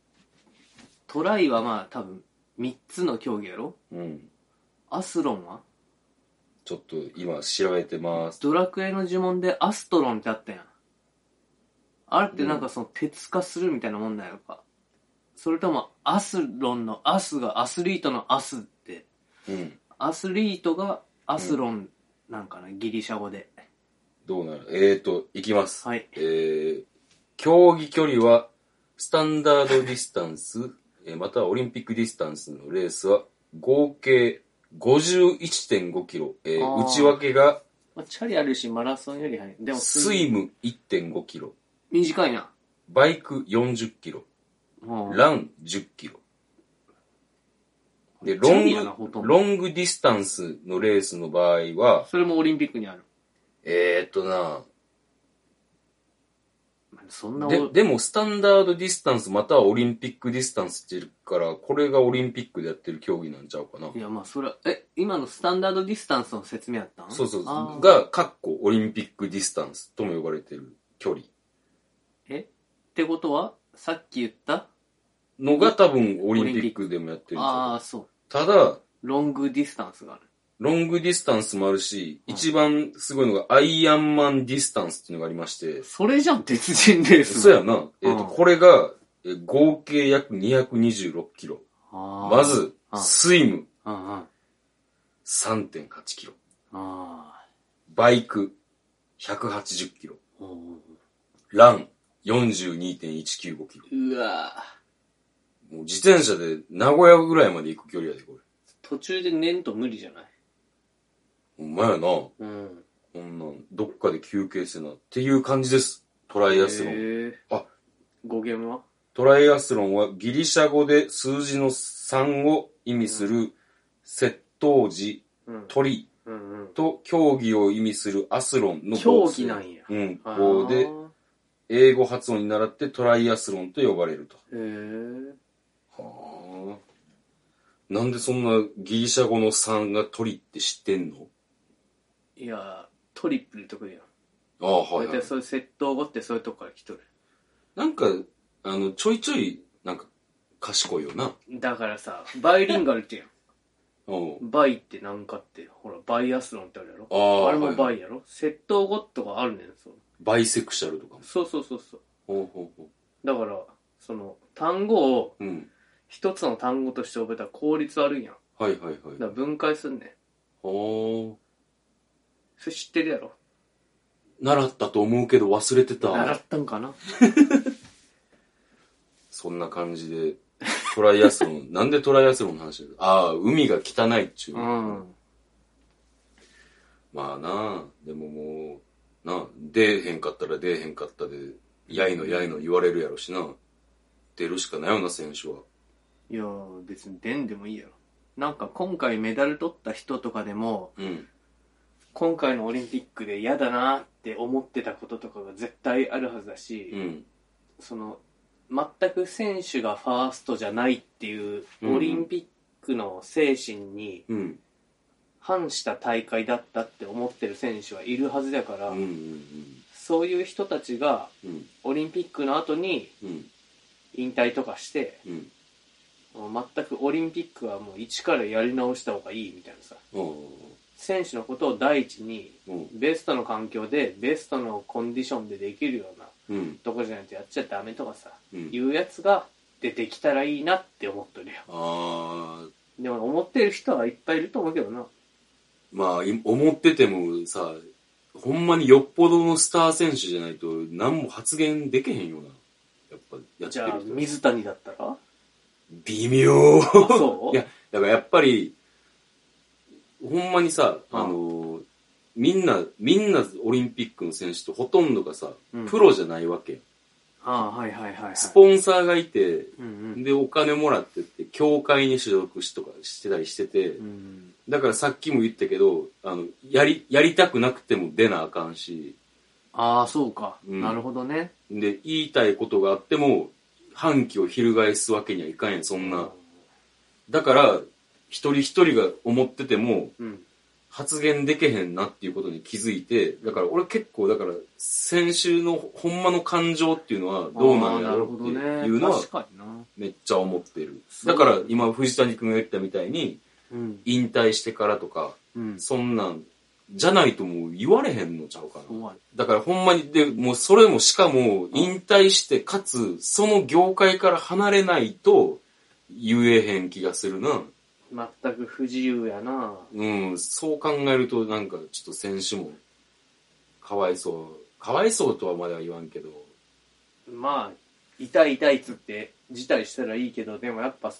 [SPEAKER 3] トライはまあ多分3つの競技やろ
[SPEAKER 2] うん。
[SPEAKER 3] アスロンは
[SPEAKER 2] ちょっと今調べてます。
[SPEAKER 3] ドラクエの呪文でアストロンってあったやんあれってなんかその鉄化するみたいなもんなんやろかそれともアスロンのアスがアスリートのアスって
[SPEAKER 2] うん。
[SPEAKER 3] アスリートがアスロンなんかな、ギリシャ語で。
[SPEAKER 2] どうなるえーと、いきます。
[SPEAKER 3] はい。
[SPEAKER 2] えー、競技距離は、スタンダードディスタンス、えーまたはオリンピックディスタンスのレースは、合計51.5キロ、えー
[SPEAKER 3] あー
[SPEAKER 2] 内訳が、
[SPEAKER 3] まあ、チャリあるし、マラソンより早い。でも、
[SPEAKER 2] スイム1.5キロ、
[SPEAKER 3] 短いな。
[SPEAKER 2] バイク40キロ、
[SPEAKER 3] もう
[SPEAKER 2] ラン10キロ。で、
[SPEAKER 3] チ
[SPEAKER 2] ロ
[SPEAKER 3] ャリやなほ
[SPEAKER 2] ン
[SPEAKER 3] とん
[SPEAKER 2] グ、
[SPEAKER 3] ど
[SPEAKER 2] ロングディスタンスのレースの場合は、
[SPEAKER 3] それもオリンピックにある。
[SPEAKER 2] えー、っとな、
[SPEAKER 3] そんな
[SPEAKER 2] で、でも、スタンダードディスタンスまたはオリンピックディスタンスって言うから、これがオリンピックでやってる競技なんちゃうかな。
[SPEAKER 3] いや、まあ、それは、え、今のスタンダードディスタンスの説明やったん
[SPEAKER 2] そうそう
[SPEAKER 3] あー
[SPEAKER 2] が、かっこオリンピックディスタンスとも呼ばれてる距離
[SPEAKER 3] えってことは、さっき言った
[SPEAKER 2] のが多分オリンピックでもやってるんち
[SPEAKER 3] ああ、
[SPEAKER 2] ゃ
[SPEAKER 3] そう。
[SPEAKER 2] うただ、
[SPEAKER 3] ロングディスタンスがある。
[SPEAKER 2] ロングディスタンスもあるし、
[SPEAKER 3] はい
[SPEAKER 2] 一番すごいのがアイアンマンディスタンスっていうのがありまして、
[SPEAKER 3] それじゃん、鉄人レース。
[SPEAKER 2] そうやな。えっ、と、
[SPEAKER 3] うん
[SPEAKER 2] これが、えー合計約226キロ。
[SPEAKER 3] あー
[SPEAKER 2] ま、ず
[SPEAKER 3] あ、ー
[SPEAKER 2] スイム
[SPEAKER 3] うんうん。あ
[SPEAKER 2] 3.8キロ。
[SPEAKER 3] あ
[SPEAKER 2] バイク180キロ。
[SPEAKER 3] ー。おー
[SPEAKER 2] ラン42.195キロ。
[SPEAKER 3] うわー
[SPEAKER 2] もう自転車で名古屋ぐらいまで行く距離やで、これ。
[SPEAKER 3] 途中で寝んと無理じゃない
[SPEAKER 2] ほんまやな。こ
[SPEAKER 3] うん。
[SPEAKER 2] んなん、どっかで休憩してな。っていう感じです。トライアスロン。
[SPEAKER 3] へー
[SPEAKER 2] あ、
[SPEAKER 3] 語源は
[SPEAKER 2] トライアスロンはギリシャ語で数字の3を意味する、窃盗時、
[SPEAKER 3] うん。
[SPEAKER 2] 鳥
[SPEAKER 3] うんうん。
[SPEAKER 2] と競技を意味するアスロンの
[SPEAKER 3] 競
[SPEAKER 2] 合成
[SPEAKER 3] 技なんや。
[SPEAKER 2] うん、こうで
[SPEAKER 3] あ、ー
[SPEAKER 2] 英語発音に習ってトライアスロンと呼ばれると。
[SPEAKER 3] へー
[SPEAKER 2] はあ。なんでそんなギリシャ語の3が鳥って知ってんの
[SPEAKER 3] いや、トリプルとかやん。
[SPEAKER 2] ああ、はい、は
[SPEAKER 3] 大
[SPEAKER 2] い
[SPEAKER 3] 体。そういう窃盗語ってそういうとこから来とる。
[SPEAKER 2] なんか、あの、ちょいちょい、なんか、賢いよな。
[SPEAKER 3] だからさ、バイリンガルって やん。
[SPEAKER 2] おう
[SPEAKER 3] バイってなんかって、ほら、バイアスロンってあるやろ
[SPEAKER 2] ああ
[SPEAKER 3] あれも
[SPEAKER 2] はい
[SPEAKER 3] バイやろ窃盗語とかあるねん、そう。
[SPEAKER 2] バイセクシャルとかも。
[SPEAKER 3] そうそうそうそう。
[SPEAKER 2] ほうほうほ
[SPEAKER 3] だから、その、単語を
[SPEAKER 2] う。うん。
[SPEAKER 3] 一つの単語として覚えたら効率悪いやん。
[SPEAKER 2] はいはいはい。
[SPEAKER 3] だから分解すんねん。
[SPEAKER 2] ほ
[SPEAKER 3] それ知ってるやろ
[SPEAKER 2] う。習ったと思うけど忘れて
[SPEAKER 3] 習
[SPEAKER 2] た
[SPEAKER 3] っ。たんかな
[SPEAKER 2] そんな感じで、トライアスロン。 なんでトライアスロンの話だああ、海が汚いっちゅう。
[SPEAKER 3] うん。
[SPEAKER 2] まあなあ、でももう、なあ、出えへんかったら出えへんかったで、やいのやいの言われるやろしな。出るしかないよな、選手は。
[SPEAKER 3] いやー別に出んでもいいやろ。なんか今回メダル取った人とかでも、
[SPEAKER 2] うん。
[SPEAKER 3] 今回のオリンピックで嫌だなって思ってたこととかが絶対あるはずだし、
[SPEAKER 2] うん。
[SPEAKER 3] その全く選手がファーストじゃないっていう
[SPEAKER 2] うん
[SPEAKER 3] オリンピックの精神に
[SPEAKER 2] うん。
[SPEAKER 3] 反した大会だったって思ってる選手はいるはずだか
[SPEAKER 2] う
[SPEAKER 3] ら、
[SPEAKER 2] ん。うん。
[SPEAKER 3] そういう人たちが
[SPEAKER 2] うん。
[SPEAKER 3] オリンピックの後に
[SPEAKER 2] うん。
[SPEAKER 3] 引退とかして
[SPEAKER 2] うん。
[SPEAKER 3] もう全くオリンピックはもう一からやり直した方がいいみたいなさ
[SPEAKER 2] う
[SPEAKER 3] 選手のことを第一に
[SPEAKER 2] ん。
[SPEAKER 3] ベストの環境でベストのコンディションでできるような
[SPEAKER 2] うん。
[SPEAKER 3] とこじゃないとやっちゃダメとかさ、
[SPEAKER 2] うん
[SPEAKER 3] いうやつが出てきたらいいなって思っとるよ
[SPEAKER 2] ああ、
[SPEAKER 3] でも思ってる人はいっぱいいると思うけどな
[SPEAKER 2] まあ、い思っててもさ、ほんまによっぽどのスター選手じゃないと、何も発言できへんよな。やっぱ、やっ
[SPEAKER 3] じ
[SPEAKER 2] て
[SPEAKER 3] ゃあ
[SPEAKER 2] る人。
[SPEAKER 3] 水谷だったら
[SPEAKER 2] 微妙。
[SPEAKER 3] そう
[SPEAKER 2] いや、だからやっぱり、ほんまにさ、あのー、みんな、みんなオリンピックの選手とほとんどがさ、
[SPEAKER 3] うん
[SPEAKER 2] プロじゃないわけよ。
[SPEAKER 3] ああはいはいはい、はい、
[SPEAKER 2] スポンサーがいて、
[SPEAKER 3] うん
[SPEAKER 2] で、お金もらってって、協会に所属しとかしてたりしてて、
[SPEAKER 3] うんうん
[SPEAKER 2] だからさっきも言ったけど、あの、やり、やりたくなくても出なあかんし、
[SPEAKER 3] ああそうか、
[SPEAKER 2] うん
[SPEAKER 3] なるほどね
[SPEAKER 2] で、言いたいことがあっても、反旗を翻すわけにはいかんやん、そんな。だから、一人一人が思ってても、
[SPEAKER 3] うん
[SPEAKER 2] 発言できへんなっていうことに気づいて、だから俺結構、だから、先週のほんまの感情っていうのはどうなんやろうって
[SPEAKER 3] ああなるほどね
[SPEAKER 2] いうのは
[SPEAKER 3] 確、かにな
[SPEAKER 2] めっちゃ思ってる。
[SPEAKER 3] そう
[SPEAKER 2] だから、今藤谷君が言ったみたいに、
[SPEAKER 3] うん
[SPEAKER 2] 引退してからとか、
[SPEAKER 3] うん
[SPEAKER 2] そんなん、じゃないともう言われへんのちゃうかな。
[SPEAKER 3] そうや
[SPEAKER 2] だからほんまに、で、もうそれもしかも、引退して、かつ、その業界から離れないと、言えへん気がするな。
[SPEAKER 3] あ全く不自由やな
[SPEAKER 2] うん、そう考えるとなんかちょっと選手もかわいそう。かわいそうとはまでは言わんけど、
[SPEAKER 3] まあ痛い痛いっつって辞退したらいいけどでもやっぱ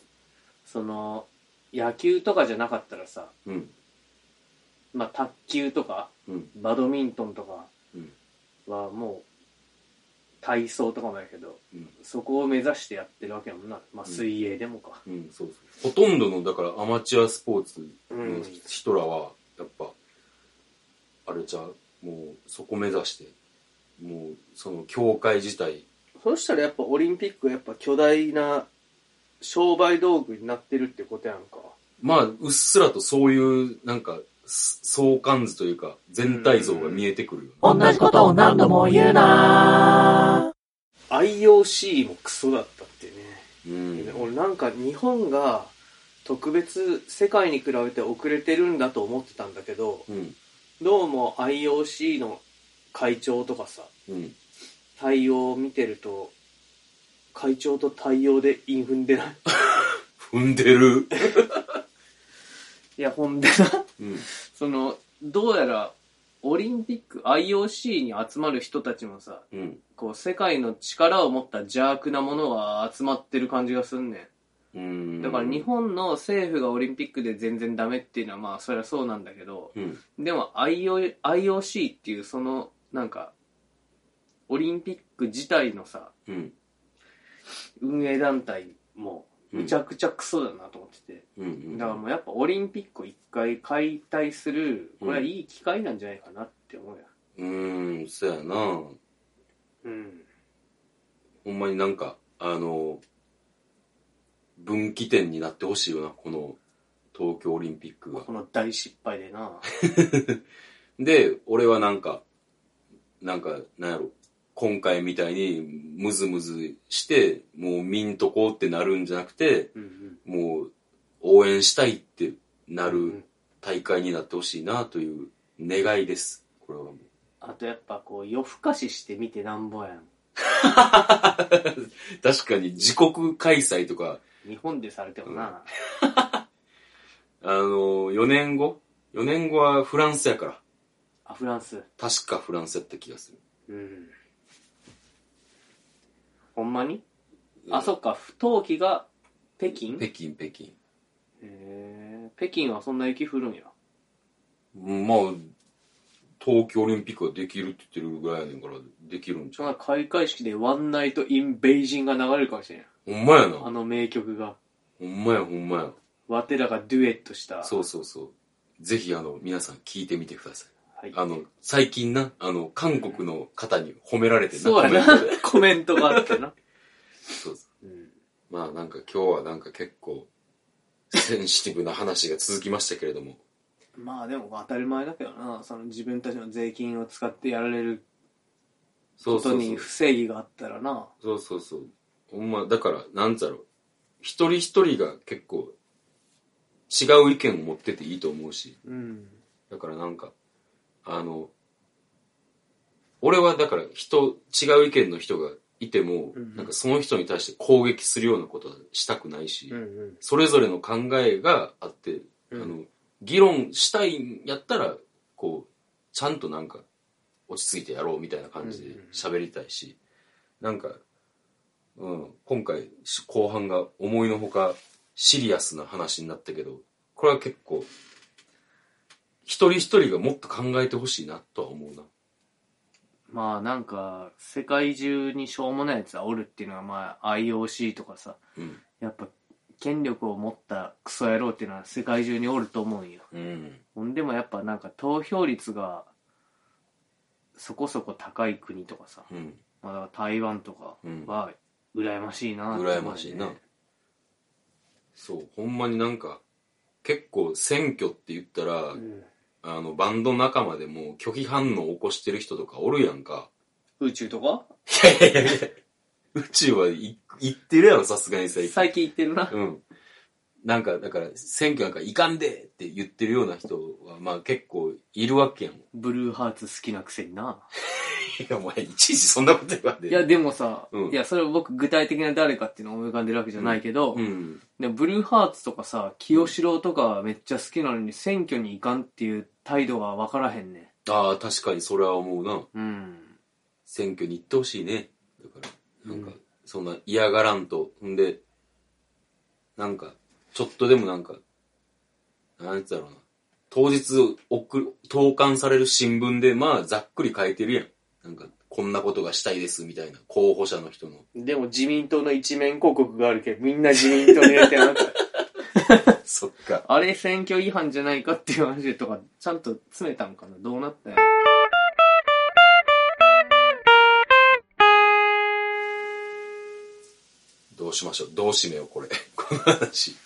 [SPEAKER 3] その野球とかじゃなかったらさ
[SPEAKER 2] うん、
[SPEAKER 3] まあ卓球とか
[SPEAKER 2] うん、
[SPEAKER 3] バドミントンとか
[SPEAKER 2] うん、
[SPEAKER 3] はもう体操とかもやけど
[SPEAKER 2] うん、
[SPEAKER 3] そこを目指してやってるわけやもんな、まあ、
[SPEAKER 2] うん
[SPEAKER 3] 水泳でもか、
[SPEAKER 2] うん、そうそう。ほとんどのだからアマチュアスポーツ
[SPEAKER 3] う
[SPEAKER 2] の
[SPEAKER 3] ん
[SPEAKER 2] 人らは、やっぱ、あれじゃうもうそこ目指して、もうその協会自体、
[SPEAKER 3] そうしたらやっぱオリンピックはやっぱ巨大な商売道具になってるってことやんか
[SPEAKER 2] まあ、うっすらとそういう、なんか、す相関図というか、全体像が見えてくるよね。
[SPEAKER 4] 同じことを何度も言うな
[SPEAKER 3] IOC もクソだったってね、
[SPEAKER 2] うん。
[SPEAKER 3] 俺なんか日本が特別世界に比べて遅れてるんだと思ってたんだけど
[SPEAKER 2] うん。
[SPEAKER 3] どうも IOC の会長とかさ
[SPEAKER 2] うん。
[SPEAKER 3] 対応を見てると会長と対応でインフンでない
[SPEAKER 2] 踏んでる。
[SPEAKER 3] いやほんでな
[SPEAKER 2] うん。
[SPEAKER 3] そのどうやらオリンピック IOC に集まる人たちもさ
[SPEAKER 2] うん。
[SPEAKER 3] こう世界の力を持った邪悪なものが集まってる感じがすんねん
[SPEAKER 2] うん。
[SPEAKER 3] だから日本の政府がオリンピックで全然ダメっていうのはまあそりゃそうなんだけど
[SPEAKER 2] うん。
[SPEAKER 3] でも IO IOC っていうそのなんかオリンピック自体のさ
[SPEAKER 2] うん。
[SPEAKER 3] 運営団体も
[SPEAKER 2] うん
[SPEAKER 3] むちゃくちゃクソだなと思ってて、
[SPEAKER 2] うん。うん。
[SPEAKER 3] だからもうやっぱオリンピックを一回解体するこれはいい機会なんじゃないかなって思うよ
[SPEAKER 2] うーん、そやな。ほ
[SPEAKER 3] うん
[SPEAKER 2] んまになんか、あの、分岐点になってほしいよな、この東京オリンピックが
[SPEAKER 3] こ。の大失敗で な
[SPEAKER 2] で、俺はなんか、なんか、なんやろ、今回みたいにムズムズして、もう見んとこうってなるんじゃなくて、
[SPEAKER 3] うんうん
[SPEAKER 2] もう応援したいってな
[SPEAKER 3] うんう
[SPEAKER 2] る
[SPEAKER 3] ん
[SPEAKER 2] 大会になってほしいなという願いです。これはもう。
[SPEAKER 3] あとやっぱこう夜更かしして見てなんぼやん
[SPEAKER 2] 確かに自国開催とか、
[SPEAKER 3] 日本でされてもな、
[SPEAKER 2] あの、4年後 ?4 年後はフランスやから。
[SPEAKER 3] あフランス
[SPEAKER 2] 確かフランスやった気がする。
[SPEAKER 3] うんほんまに、
[SPEAKER 2] うん
[SPEAKER 3] あそっか不冬季が北京
[SPEAKER 2] 北京、北京。
[SPEAKER 3] へー北京はそんな雪降るんや
[SPEAKER 2] まあ、東京オリンピックができるって言ってるぐらいやねんから、できるんち
[SPEAKER 3] そ
[SPEAKER 2] ゃ
[SPEAKER 3] ん
[SPEAKER 2] う
[SPEAKER 3] な開会式で「ワンナイト・イン・ベイジン」が流れるかもしれん
[SPEAKER 2] ほんまや
[SPEAKER 3] あ
[SPEAKER 2] な。
[SPEAKER 3] の名曲が
[SPEAKER 2] ほんまや、ほんまや。
[SPEAKER 3] ワテらがデュエットした
[SPEAKER 2] そうそうそう。ぜひ、あの、皆さん聞いてみてください。
[SPEAKER 3] はい、
[SPEAKER 2] あの、最近な、あの、韓国の方に褒められてな。
[SPEAKER 3] そうやな
[SPEAKER 2] コメントで
[SPEAKER 3] コメントがあってな、
[SPEAKER 2] そうそう
[SPEAKER 3] うん、
[SPEAKER 2] まあ、なんか今日はなんか結構、センシティブな話が続きましたけれども。
[SPEAKER 3] まあでも当たり前だけどなその自分たちの税金を使ってやられる
[SPEAKER 2] そ
[SPEAKER 3] こ
[SPEAKER 2] うそ
[SPEAKER 3] と
[SPEAKER 2] うそ
[SPEAKER 3] に
[SPEAKER 2] う。
[SPEAKER 3] 不正義があったらな
[SPEAKER 2] そうそうそう。ほんま、だから、なんだろう。一人一人が結構、違う意見を持ってていいと思うし。
[SPEAKER 3] うん
[SPEAKER 2] だからなんか、あの、俺はだから人、違う意見の人がいても、
[SPEAKER 3] うんうん
[SPEAKER 2] なんかその人に対して攻撃するようなことはしたくないし、
[SPEAKER 3] うんうん
[SPEAKER 2] それぞれの考えがあって、
[SPEAKER 3] うん
[SPEAKER 2] あの、議論したいんやったら、こう、ちゃんとなんか、落ち着いてやろうみたいな感じで
[SPEAKER 3] うんうんうん
[SPEAKER 2] 喋りたいし、なんか、うん、今回、し後半が思いのほかシリアスな話になったけど、これは結構、一人一人がもっと考えてほしいなとは思うな。
[SPEAKER 3] まあなんか世界中にしょうもないやつはおるっていうのはまあ IOC とかさ
[SPEAKER 2] うん。
[SPEAKER 3] やっぱ権力を持ったクソ野郎っていうのは世界中におると思うんよ
[SPEAKER 2] うん。
[SPEAKER 3] ほんでもやっぱなんか投票率がそこそこ高い国とかさ、
[SPEAKER 2] うん。
[SPEAKER 3] まあ、だから台湾とか
[SPEAKER 2] うん
[SPEAKER 3] は羨ましいなって思うよ
[SPEAKER 2] 羨
[SPEAKER 3] ね
[SPEAKER 2] ましいな。そう、ほんまになんか、結構選挙って言ったら、
[SPEAKER 3] うん
[SPEAKER 2] あの、バンド仲間でも拒否反応を起こしてる人とかおるやんか。
[SPEAKER 3] 宇宙とか
[SPEAKER 2] いやいやいや宇宙はい行ってるやろ、さすがにさ。
[SPEAKER 3] 最近行ってるな
[SPEAKER 2] うん。なんか、だから、選挙なんかいかんでって言ってるような人は、まあ結構いるわけやん。い
[SPEAKER 3] ブルーハーツ好きなくせにな。
[SPEAKER 2] や、お前、いちいちそんなこと言わんで。
[SPEAKER 3] いや、、でもさ、
[SPEAKER 2] うん
[SPEAKER 3] いや、それは僕具体的な誰かっていうのを思い浮かんでるわけじゃないけど、
[SPEAKER 2] うん。
[SPEAKER 3] でもブルーハーツとかさ、清志郎とかはめっちゃ好きなのに選挙に行かんっていう態度がわからへんね。
[SPEAKER 2] ああ、確かにそれは思うな。
[SPEAKER 3] うん。
[SPEAKER 2] 選挙に行ってほしいね。だから、なんか、そんな嫌がらんと。んで、なんか、ちょっとでもなんか、なんつうだろうな。当日送る、投函される新聞で、まあ、ざっくり書いてるやん。なんか、こんなことがしたいです、みたいな。候補者の人の。
[SPEAKER 5] でも自民党の一面広告があるけど、みんな自民党に入れてなんか、
[SPEAKER 2] そっか。
[SPEAKER 3] あれ選挙違反じゃないかっていう話とか、ちゃんと詰めたんかなどうなったんや
[SPEAKER 2] どうしましょう。どうしめよう、これ。 この話。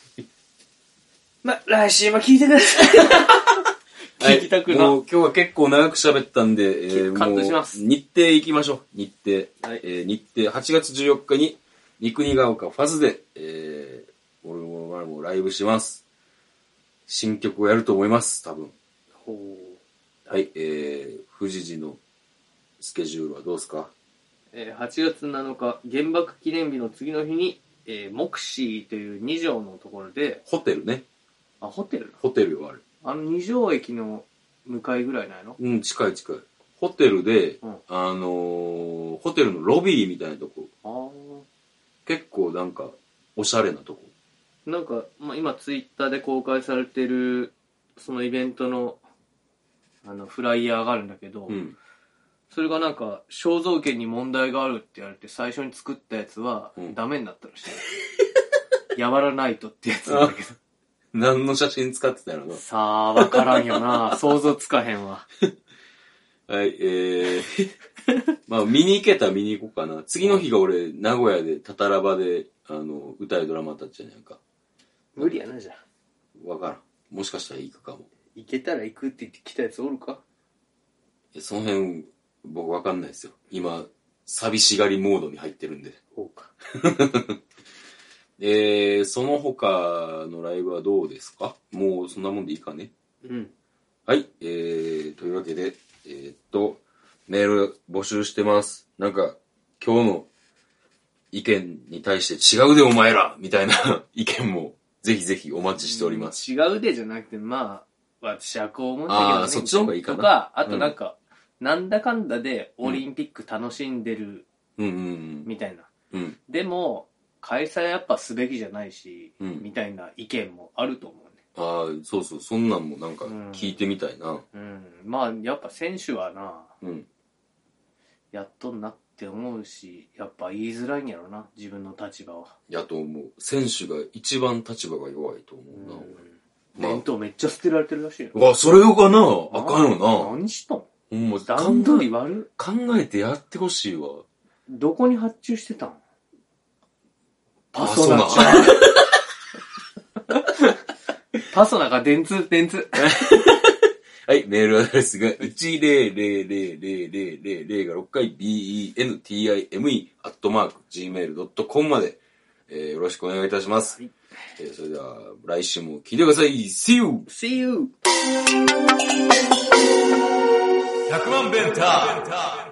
[SPEAKER 5] ま、来週も聞いてください。
[SPEAKER 3] 聞きたく
[SPEAKER 2] は
[SPEAKER 3] な
[SPEAKER 2] いもう今日は結構長く喋ったんで、えー
[SPEAKER 3] カットします
[SPEAKER 2] もう日程行きましょう。日程。
[SPEAKER 3] はい
[SPEAKER 2] えー日程、8月14日に、三国ヶ丘ファズで、えー、俺も我々もライブします。新曲をやると思います、多分。
[SPEAKER 5] ほ
[SPEAKER 2] はい、えー、富士寺のスケジュールはどうですか
[SPEAKER 3] えー8月7日、原爆記念日の次の日に、えー、モクシーという2条のところで、
[SPEAKER 2] ホテルね。
[SPEAKER 3] あ、ホテルな
[SPEAKER 2] ホテルはある。
[SPEAKER 3] あの2条駅の向かいぐらいないの
[SPEAKER 2] うん、近い近い。ホテルで、
[SPEAKER 3] うん
[SPEAKER 2] あのーホテルのロビーみたいなとこ、
[SPEAKER 3] あ
[SPEAKER 2] 結構なんか、おしゃれなとこ。
[SPEAKER 3] あ。なんか、まあ、今ツイッターで公開されてる、そのイベントの、あの、フライヤーがあるんだけど、
[SPEAKER 2] うん。
[SPEAKER 3] それがなんか、肖像権に問題があるって言われて、最初に作ったやつは
[SPEAKER 2] うん、
[SPEAKER 3] ダメになったらしい。 やばらないとってやつなんだけ
[SPEAKER 2] 何の写真使ってたの
[SPEAKER 3] ど。さあ、わからんよな。想像つかへんわ。
[SPEAKER 2] はい、えー、 まあ見に行けたら見に行こうかな。次の日が俺、名古屋で、タタラバで、あの、歌いドラマたちやねんか。
[SPEAKER 5] う。無理やな、じゃあ。
[SPEAKER 2] わからん。もしかしたら行くかも。
[SPEAKER 5] 行けたら行くって言って来たやつおるか
[SPEAKER 2] いやその辺、僕わかんないですよ。今、寂しがりモードに入ってるんで。
[SPEAKER 5] ほうか。
[SPEAKER 2] えー、その他のライブはどうですかもうそんなもんでいいかね。
[SPEAKER 5] うん。
[SPEAKER 2] はい、えー、というわけで、えーっと、メール募集してます。なんか、今日の意見に対して違うでお前らみたいな 意見も、ぜひぜひお待ちしております。
[SPEAKER 3] 違うでじゃなくて、まあ、私はこう思うんだけど、ね、
[SPEAKER 2] あーそっちの方がいいかな
[SPEAKER 3] とか、あとなんか、なんだかんだでオリンピック楽しんでる
[SPEAKER 2] うんうん
[SPEAKER 3] みたいな。
[SPEAKER 2] うん。うん。
[SPEAKER 3] でも、開催はやっぱすべきじゃないし、
[SPEAKER 2] うん
[SPEAKER 3] みたいな意見もあると思うね。
[SPEAKER 2] ああ、そうそう、そんなんもなんか聞いてみたいな。
[SPEAKER 3] うん。まあ、やっぱ選手はな、
[SPEAKER 2] うん。
[SPEAKER 3] やっとんなって思うし、やっぱ言いづらいんやろな、自分の立場は。
[SPEAKER 2] やと思う。選手が一番立場が弱いと思うな。まあ
[SPEAKER 3] 弁当めっちゃ捨てられてるらしいよ。
[SPEAKER 2] うわ、それがな、あかんよな。
[SPEAKER 3] 何しと
[SPEAKER 2] ほ
[SPEAKER 3] ん
[SPEAKER 2] んま、
[SPEAKER 3] 段取り
[SPEAKER 2] 考
[SPEAKER 3] 悪
[SPEAKER 2] え考えてやってほしいわ。
[SPEAKER 3] いどこに発注してたんパ
[SPEAKER 2] ソ
[SPEAKER 3] ソ
[SPEAKER 2] ナ
[SPEAKER 3] ナ。 パソナが電通、電通。
[SPEAKER 2] はい、メールアドレスが1000000が6回 bentime.gmail.com まで、えーよろしくお願いいたします。
[SPEAKER 3] はい
[SPEAKER 2] えーそれでは、来週も聞いてください。See you!
[SPEAKER 3] See you!
[SPEAKER 6] 100万ベンター